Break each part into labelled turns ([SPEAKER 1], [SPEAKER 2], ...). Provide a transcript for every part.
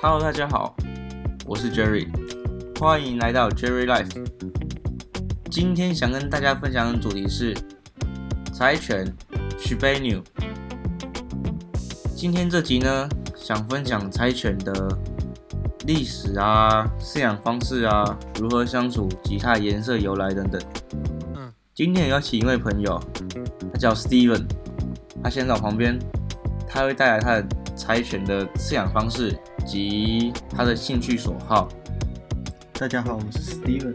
[SPEAKER 1] Hello，大家好，我是 Jerry，欢迎来到 Jerry Life。今天想跟大家分享的主题是柴犬 Shiba Inu。今天这集呢，想分享柴犬的历史啊、饲养方式啊、如何相处及它的颜色由来等等。
[SPEAKER 2] 嗯，
[SPEAKER 1] 今天也邀请一位朋友，他叫 Steven，他先在我旁边，他会带来他的柴犬的饲养方式及他的兴趣所好。
[SPEAKER 3] 大家好，我是 Steven。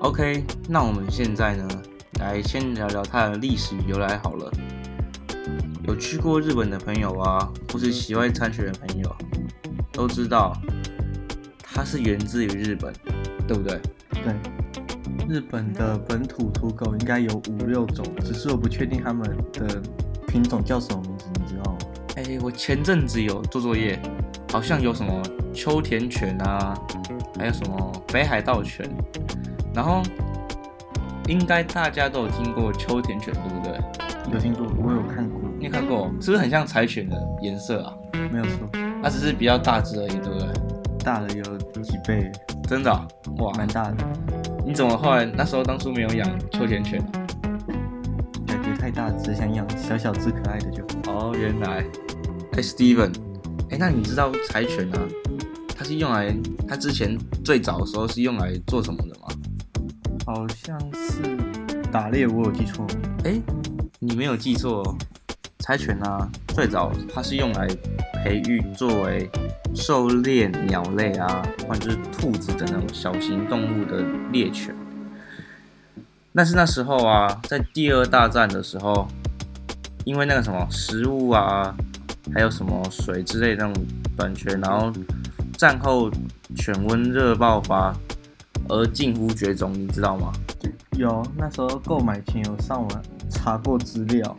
[SPEAKER 1] OK，那我们现在呢，来先聊聊它的历史由来好了。有去过日本的朋友啊，或是喜欢铲雪的朋友，都知道它是源自于日本，对不对？
[SPEAKER 3] 对，日本的本土土狗应该有五六种，只是我不确定它们的品种叫什么名字，你知道吗？
[SPEAKER 1] 哎、我前阵子有做作业，好像有什么秋田犬啊，还有什么北海道犬，然后应该大家都有听过秋田犬，对不对？
[SPEAKER 3] 有听过，我有看过，
[SPEAKER 1] 你有看过是不是很像柴犬的颜色啊？
[SPEAKER 3] 没有错，
[SPEAKER 1] 它只是比较大只而已，对不对？
[SPEAKER 3] 大了有几倍，
[SPEAKER 1] 真的啊、哇！
[SPEAKER 3] 蛮大的，
[SPEAKER 1] 你怎么后来那时候当初没有养秋田犬、啊？
[SPEAKER 3] 感觉太大只，想养小小只可爱的就好。
[SPEAKER 1] 哦，原来。哎、s t e v e n 哎、那你知道柴犬啊？它是用来，它之前最早的时候是用来做什么的吗？
[SPEAKER 3] 好像是打猎，我有记错吗？
[SPEAKER 1] 哎、你没有记错，哦，柴犬啊，最早它是用来培育作为狩猎鸟类啊，或者是兔子等那种小型动物的猎犬。但是那时候啊，在第二大战的时候，因为那个什么食物啊，还有什么水之类的那种短缺，然后战后犬瘟热爆发，而近乎绝种，你知道吗？
[SPEAKER 3] 有，那时候购买前有上网查过资料，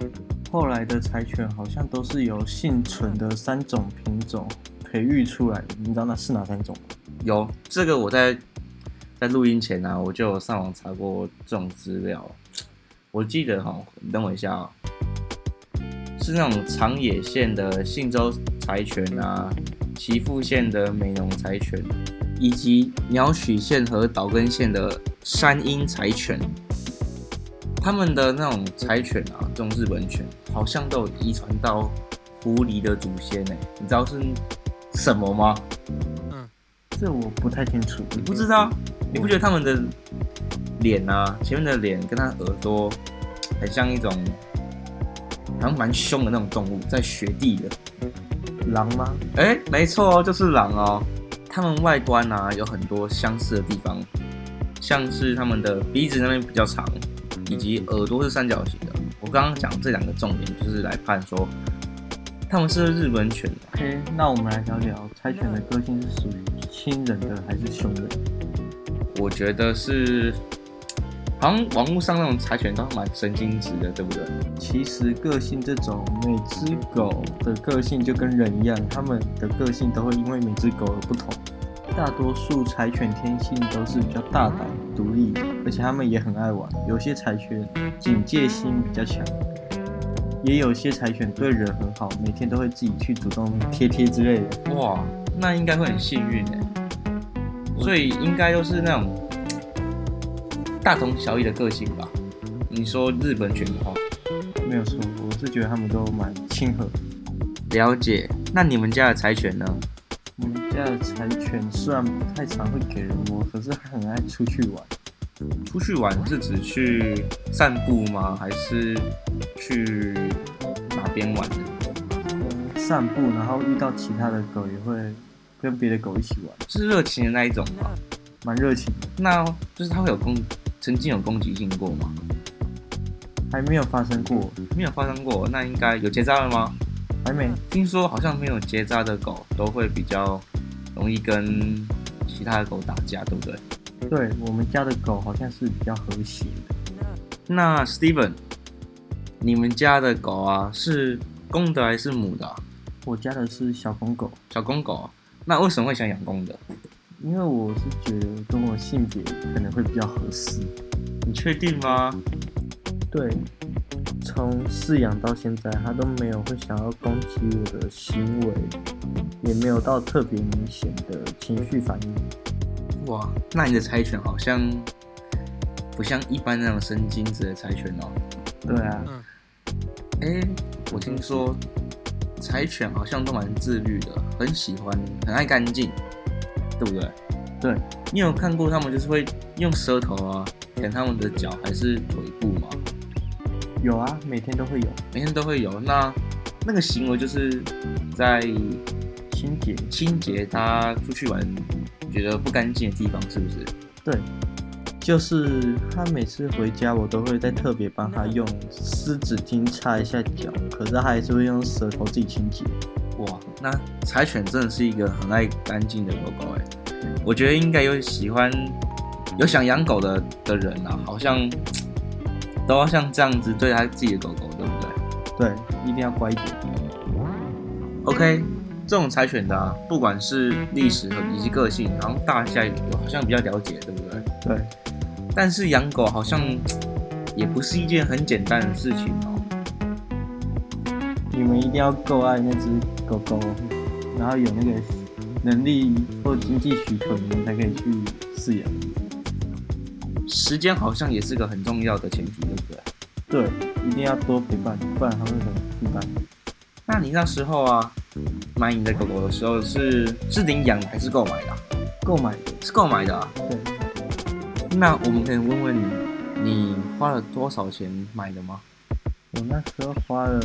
[SPEAKER 3] 后来的柴犬好像都是由幸存的三种品种培育出来的，你知道那是哪三种吗？
[SPEAKER 1] 有这个，我在在录音前啊，我就有上网查过这种资料。我记得哈，你等我一下啊、是那种长野县的信州柴犬啊，岐阜县的美浓柴犬，以及鸟取县和岛根县的山阴柴犬。他们的那种柴犬啊，这种日本犬，好像都有遗传到狐狸的祖先呢、你知道是什么吗？
[SPEAKER 3] 这我不太清楚，
[SPEAKER 1] 你不知道？
[SPEAKER 3] 嗯
[SPEAKER 1] 你不觉得他们的脸啊，前面的脸跟他耳朵，很像一种好像蛮凶的那种动物，在雪地的。
[SPEAKER 3] 狼吗？
[SPEAKER 1] 哎、没错哦，就是狼哦。它们外观啊有很多相似的地方，像是它们的鼻子那边比较长，以及耳朵是三角形的。我刚刚讲这两个重点，就是来判说它们是不是日本犬啊
[SPEAKER 3] OK，那我们来聊聊柴犬的个性是属于亲人的还是凶人？
[SPEAKER 1] 我觉得是，好像网络上那种柴犬都蛮神经质的，对不对？
[SPEAKER 3] 其实个性这种，每只狗的个性就跟人一样，它们的个性都会因为每只狗而不同。大多数柴犬天性都是比较大胆、独立，而且它们也很爱玩。有些柴犬警戒心比较强，也有些柴犬对人很好，每天都会自己去主动贴贴之类的。
[SPEAKER 1] 哇，那应该会很幸运哎，所以应该都是那种大同小异的个性吧。你说日本犬的话，
[SPEAKER 3] 没有错，我是觉得它们都蛮亲和的。
[SPEAKER 1] 了解。那你们家的柴犬呢？
[SPEAKER 3] 我们家的柴犬虽然不太常会给人摸，可是它很爱出去玩。
[SPEAKER 1] 出去玩是指去散步吗？还是去哪边玩？
[SPEAKER 3] 散步，然后遇到其他的狗也会跟别的狗一起玩，
[SPEAKER 1] 是热情的那一种吗？
[SPEAKER 3] 蛮热情的。
[SPEAKER 1] 那就是它会有攻，曾经有攻击性过吗？
[SPEAKER 3] 还没有发生过，
[SPEAKER 1] 没有发生过，那应该有结扎了吗？
[SPEAKER 3] 还没。
[SPEAKER 1] 听说好像没有结扎的狗都会比较容易跟其他的狗打架，对不对？
[SPEAKER 3] 对我们家的狗好像是比较和谐的，
[SPEAKER 1] 那 Steven，你们家的狗啊是公的还是母的啊、
[SPEAKER 3] 我家的是小公狗，
[SPEAKER 1] 小公狗啊、那为什么会想养公的？
[SPEAKER 3] 因为我是觉得跟我性别可能会比较合适。
[SPEAKER 1] 你确定吗？
[SPEAKER 3] 对，从饲养到现在，它都没有会想要攻击我的行为，也没有到特别明显的情绪反应。
[SPEAKER 1] 哇，那你的柴犬好像不像一般那种生精子的柴犬哦。
[SPEAKER 3] 对啊，
[SPEAKER 2] 嗯，
[SPEAKER 1] 哎、我听说柴犬好像都蛮自律的，很喜欢，很爱干净，对不对？
[SPEAKER 3] 对，
[SPEAKER 1] 你有看过他们就是会用舌头啊舔他们的脚还是腿部吗？
[SPEAKER 3] 有啊，每天都会有。
[SPEAKER 1] 每天都会有。那那个行为就是在
[SPEAKER 3] 清洁，
[SPEAKER 1] 清洁它出去玩觉得不干净的地方，是不是？
[SPEAKER 3] 对，就是它每次回家，我都会再特别帮它用湿纸巾擦一下脚，可是它还是会用舌头自己清洁。
[SPEAKER 1] 哇，那柴犬真的是一个很爱干净的狗狗哎，我觉得应该有喜欢有想养狗的的人啊，好像都要像这样子对他自己的狗狗，对不对
[SPEAKER 3] 对，一定要乖一点。
[SPEAKER 1] ？OK，这种柴犬的啊、不管是历史和以及个性，然后大家有好像比较了解，对不对？
[SPEAKER 3] 对，
[SPEAKER 1] 但是养狗好像也不是一件很简单的事情哦。
[SPEAKER 3] 你们一定要够爱那只狗狗，哦然后有那个能力或经济许可，你们才可以去饲养。
[SPEAKER 1] 时间好像也是个很重要的前提，对不对？
[SPEAKER 3] 对，一定要多陪伴，不然它会很孤单。
[SPEAKER 1] 那你那时候啊，买你的狗狗的时候是是领养的还是购买的啊、
[SPEAKER 3] 购买的，
[SPEAKER 1] 是购买的、啊。
[SPEAKER 3] 对，
[SPEAKER 1] 那我们可以问问你，你花了多少钱买的吗？
[SPEAKER 3] 我那时候花了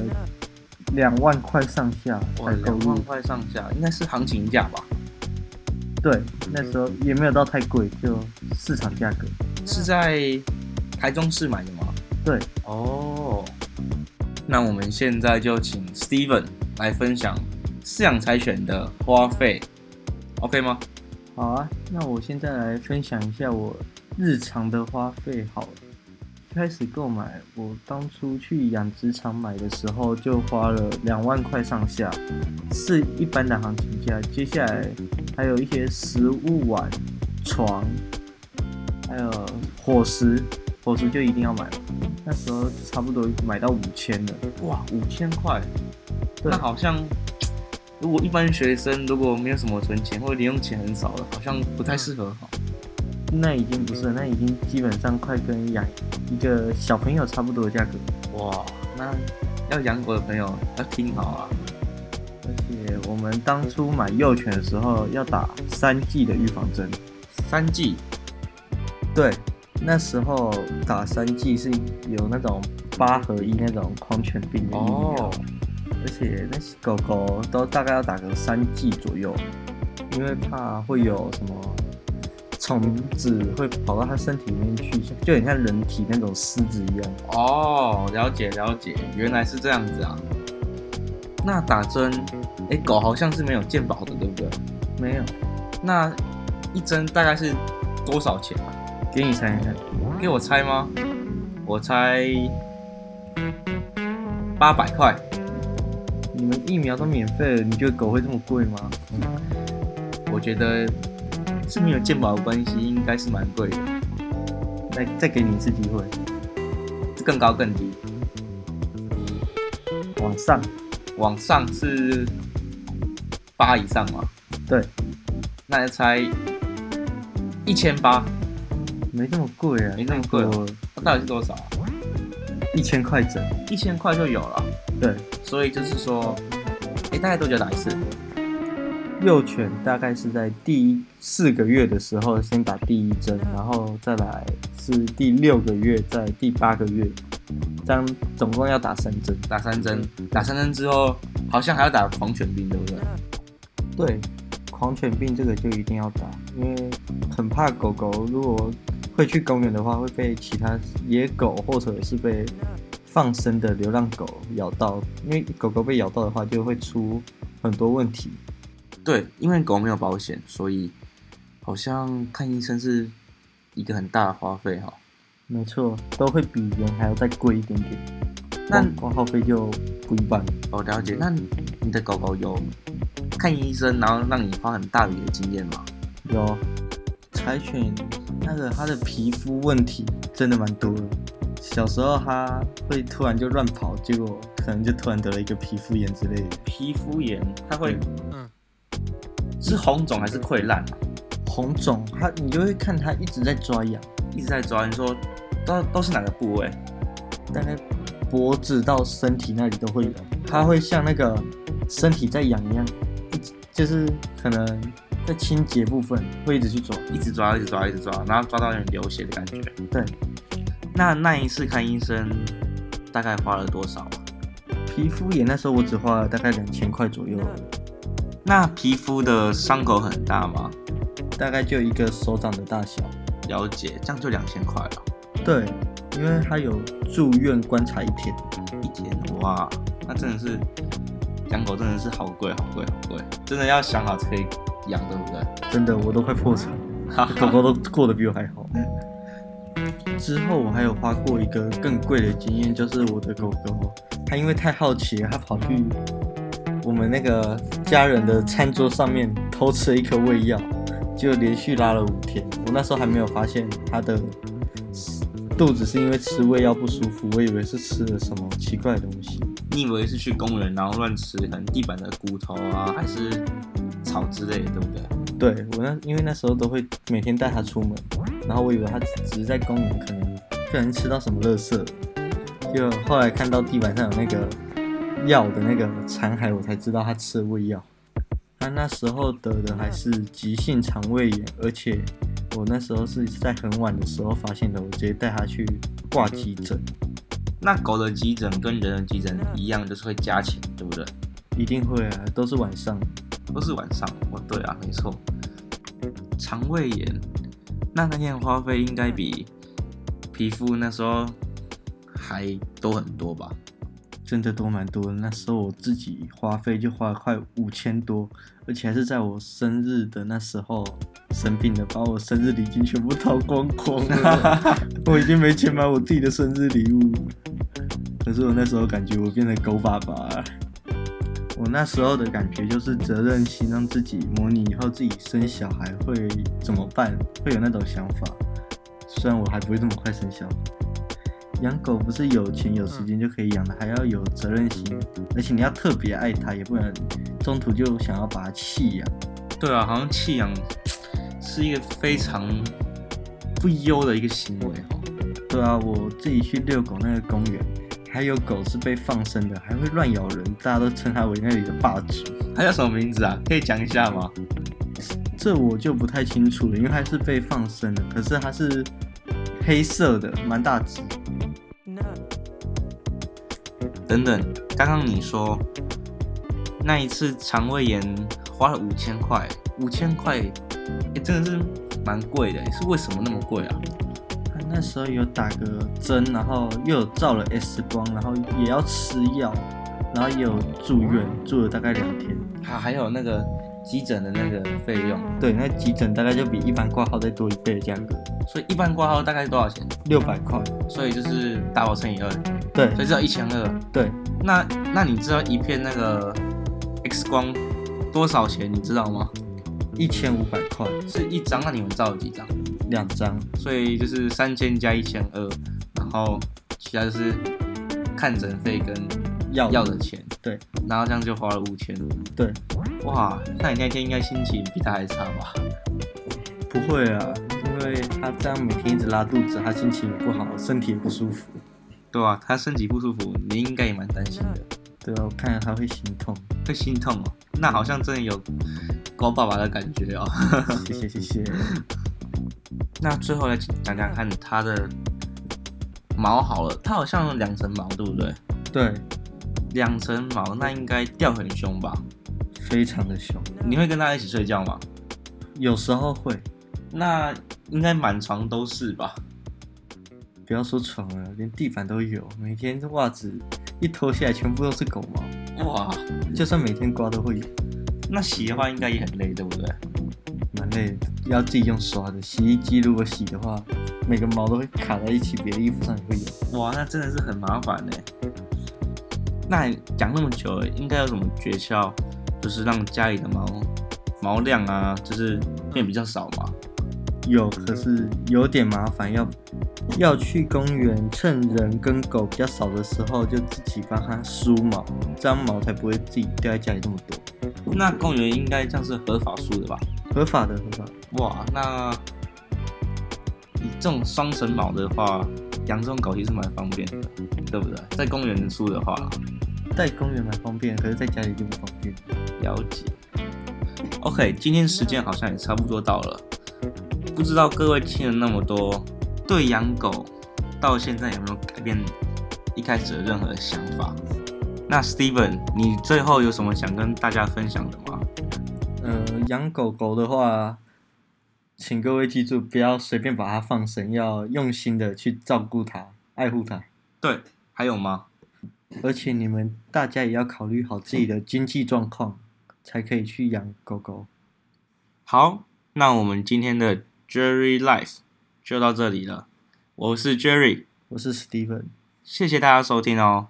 [SPEAKER 3] 两万块上下才购
[SPEAKER 1] 两
[SPEAKER 3] 入
[SPEAKER 1] 万。块上下，应该是行情价吧？
[SPEAKER 3] 对，那时候也没有到太贵，就市场价格。
[SPEAKER 1] 是在台中市买的吗？
[SPEAKER 3] 对，
[SPEAKER 1] 哦，那我们现在就请 Steven 来分享饲养柴犬的花费，OK 吗？
[SPEAKER 3] 好啊，那我现在来分享一下我日常的花费好了。一开始购买，我当初去养殖场买的时候就花了两万块上下，是一般的行情价。接下来哎还有一些食物碗、床，还有伙食，伙食就一定要买了。那时候差不多买到五千了。
[SPEAKER 1] 哇，五千块，
[SPEAKER 3] 对
[SPEAKER 1] 那好像如果一般学生如果没有什么存钱或者零用钱很少了，好像不太适合哈。
[SPEAKER 3] 那已经不是了，那已经基本上快跟养一个小朋友差不多的价格。
[SPEAKER 1] 哇，那要养狗的朋友要听好啊。
[SPEAKER 3] 而且我们当初买幼犬的时候要打三剂的预防针，
[SPEAKER 1] 三季
[SPEAKER 3] 对，那时候打三剂是有那种八合一那种狂犬病的疫苗，
[SPEAKER 1] 哦，
[SPEAKER 3] 而且那些狗狗都大概要打个三剂左右，因为怕会有什么虫子会跑到它身体里面去，就很像人体那种虱子一样。
[SPEAKER 1] 哦，了解了解，原来是这样子啊。那打针，哎、狗好像是没有健保的，对不对？
[SPEAKER 3] 没有，
[SPEAKER 1] 那一针大概是多少钱啊？
[SPEAKER 3] 给你猜一下，
[SPEAKER 1] 给我猜吗？我猜八百块。
[SPEAKER 3] 你们疫苗都免费了，你觉得狗会这么贵吗？
[SPEAKER 1] 我觉得是没有健保的关系，应该是蛮贵的，
[SPEAKER 3] 来，再给你一次机会，
[SPEAKER 1] 更高更低。
[SPEAKER 3] 往上。
[SPEAKER 1] 往上是八以上嘛？
[SPEAKER 3] 对，
[SPEAKER 1] 那才一千八，
[SPEAKER 3] 没那么贵啊，
[SPEAKER 1] 没那么贵哦
[SPEAKER 3] 我
[SPEAKER 1] 那到底是多少啊？
[SPEAKER 3] 一千块整。
[SPEAKER 1] 一千块就有了，
[SPEAKER 3] 对，
[SPEAKER 1] 所以就是说，哎、大概多久打一次？
[SPEAKER 3] 幼犬大概是在第一四个月的时候先打第一针，然后再来是第六个月，在第八个月，这样总共要打三针。
[SPEAKER 1] 打三针，打三针之后好像还要打狂犬病，对不对？
[SPEAKER 3] 对，狂犬病这个就一定要打，因为很怕狗狗如果会去公园的话，会被其他野狗或者是被放生的流浪狗咬到，因为狗狗被咬到的话就会出很多问题。
[SPEAKER 1] 对，因为狗没有保险，所以好像看医生是一个很大的花费哈。
[SPEAKER 3] 没错，都会比人还要再贵一点点。
[SPEAKER 1] 那
[SPEAKER 3] 那挂号费就不一般了。
[SPEAKER 1] 我哦了解，那你的狗狗有看医生，然后让你花很大笔的经验吗？
[SPEAKER 3] 有柴犬那个它的皮肤问题真的蛮多的，小时候它会突然就乱跑，结果可能就突然得了一个皮肤炎之类的，
[SPEAKER 1] 皮肤炎，它会
[SPEAKER 2] 嗯，
[SPEAKER 1] 是红肿还是溃烂啊？
[SPEAKER 3] 红肿，它你就会看它一直在抓痒，
[SPEAKER 1] 一直在抓，你说都都是哪个部位？
[SPEAKER 3] 大概脖子到身体那里都会有，它会像那个身体在痒一样，一直就是可能在清洁部分会一直去抓，
[SPEAKER 1] 一直抓，一直抓，一直抓，然后抓到有点流血的感觉。
[SPEAKER 3] 对，
[SPEAKER 1] 那那一次看医生大概花了多少啊？
[SPEAKER 3] 皮肤炎那时候我只花了大概两千块左右，
[SPEAKER 1] 那皮肤的伤口很大吗？
[SPEAKER 3] 大概就一个手掌的大小。
[SPEAKER 1] 了解，这样就两千块了，
[SPEAKER 3] 对，因为他有住院观察一天。
[SPEAKER 1] 一天哇，那真的是养狗真的是好贵，好贵，好贵，真的要想好才可以养，对不对？
[SPEAKER 3] 真的，我都快破产了，
[SPEAKER 1] 哈
[SPEAKER 3] 狗狗都过得比我还好。之后我还有花过一个更贵的经验，就是我的狗狗，它因为太好奇了，它跑去我们那个家人的餐桌上面偷吃了一颗胃药，就连续拉了五天。我那时候还没有发现它的肚子是因为吃胃药不舒服，我以为是吃了什么奇怪的东西。
[SPEAKER 1] 你以为是去公园然后乱吃，可能地板的骨头啊，还是草之类的，对不对？
[SPEAKER 3] 对我那因为那时候都会每天带它出门，然后我以为它只只是在公园可能不小心吃到什么垃圾，就后来看到地板上有那个药的那个残骸，我才知道它吃了胃药。它那时候得的还是急性肠胃炎，而且我那时候是在很晚的时候发现的，我直接带它去挂急诊，
[SPEAKER 1] 那狗的急诊跟人的急诊一样，就是会加钱，对不对？
[SPEAKER 3] 一定会啊，都是晚上。
[SPEAKER 1] 都是晚上。哦，对啊，没错。肠胃炎，那那天花费应该比皮肤那时候还多很多吧？
[SPEAKER 3] 真的都蛮多的。那时候我自己花费就花了快五千多，而且还是在我生日的那时候生病的，把我生日礼金全部掏光光了，我已经没钱买我自己的生日礼物。可是我那时候感觉我变成狗爸爸了。我那时候的感觉就是责任心，让自己模拟以后自己生小孩会怎么办，会有那种想法。虽然我还不会这么快生小孩，养狗不是有钱有时间就可以养的，还要有责任心，而且你要特别爱它，也不能中途就想要把它弃养。
[SPEAKER 1] 对啊，好像弃养是一个非常不优的一个行为哦。
[SPEAKER 3] 对啊，我自己去遛狗那个公园，还有狗是被放生的，还会乱咬人，大家都称它为那里的霸主。
[SPEAKER 1] 它叫什么名字啊？可以讲一下吗？
[SPEAKER 3] 这我就不太清楚了，因为它是被放生的，可是它是黑色的，蛮大只。
[SPEAKER 1] 等等，刚刚你说那一次肠胃炎花了五千块，五千块，也真的是蛮贵的，是为什么那么贵啊？
[SPEAKER 3] 他那时候有打个针，然后又有照了 X 光，然后也要吃药，然后也有住院，住了大概两天。
[SPEAKER 1] 还还有那个急诊的那个费用，
[SPEAKER 3] 对，那急诊大概就比一般挂号再多一倍的价格，
[SPEAKER 1] 所以一般挂号大概是多少钱？
[SPEAKER 3] 六百块。
[SPEAKER 1] 所以就是打包乘以二，
[SPEAKER 3] 对
[SPEAKER 1] 所以只要一千二。
[SPEAKER 3] 对，
[SPEAKER 1] 那那你知道一片那个 X 光多少钱？你知道吗？
[SPEAKER 3] 一千五百块
[SPEAKER 1] 是一张，那你们照了几张？
[SPEAKER 3] 两张。
[SPEAKER 1] 所以就是三千加一千二，然后其他就是看诊费跟
[SPEAKER 3] 药
[SPEAKER 1] 药的钱，
[SPEAKER 3] 对
[SPEAKER 1] 然后这样就花了五千。
[SPEAKER 3] 对，
[SPEAKER 1] 哇，那你那天应该心情比他还差吧？
[SPEAKER 3] 不会啊，因为他这样每天一直拉肚子，他心情也不好，身体也不舒服。
[SPEAKER 1] 对啊，他身体不舒服，你应该也蛮担心的。
[SPEAKER 3] 对啊，我看着他会心痛。
[SPEAKER 1] 会心痛哦。那好像真的有狗爸爸的感觉哦。
[SPEAKER 3] 谢谢谢谢。
[SPEAKER 1] 那最后来讲讲看它的毛好了，它好像有两层毛，对不对？
[SPEAKER 3] 对，
[SPEAKER 1] 两层毛，那应该掉很凶吧？
[SPEAKER 3] 非常的凶，
[SPEAKER 1] 你会跟它一起睡觉吗？
[SPEAKER 3] 有时候会。
[SPEAKER 1] 那应该满床都是吧？
[SPEAKER 3] 不要说床了，连地板都有。每天这袜子一脱下来，全部都是狗毛，
[SPEAKER 1] 哇，
[SPEAKER 3] 就算每天刮都会有，
[SPEAKER 1] 那洗的话应该也很累，对不对？
[SPEAKER 3] 蛮累的。要自己用刷的，洗衣机如果洗的话，每个毛都会卡在一起，别的衣服上也会有。
[SPEAKER 1] 哇，那真的是很麻烦呢。那你讲那么久了，应该有什么诀窍，就是让家里的毛毛量啊，就是变比较少嘛？
[SPEAKER 3] 有，可是有点麻烦，要要去公园，趁人跟狗比较少的时候，就自己帮它梳毛，脏毛才不会自己掉在家里那么多。
[SPEAKER 1] 那公园应该这样是合法输的吧？
[SPEAKER 3] 合法的，合法的。
[SPEAKER 1] 哇，那你这种双层毛的话，养这种狗其实蛮方便的，对不对？在公园输的话，
[SPEAKER 3] 在公园蛮方便，可是在家里就不方便。
[SPEAKER 1] 了解。OK，今天时间好像也差不多到了，不知道各位听了那么多，对养狗到现在有没有改变一开始的任何想法？那 Steven，你最后有什么想跟大家分享的吗？
[SPEAKER 3] 呃，养狗狗的话，请各位记住，不要随便把它放生，要用心的去照顾它、爱护它。
[SPEAKER 1] 对，还有吗？
[SPEAKER 3] 而且你们大家也要考虑好自己的经济状况，才可以去养狗狗。
[SPEAKER 1] 好，那我们今天的 Jerry Life 就到这里了。我是 Jerry，
[SPEAKER 3] 我是 Steven。
[SPEAKER 1] 谢谢大家收听哦。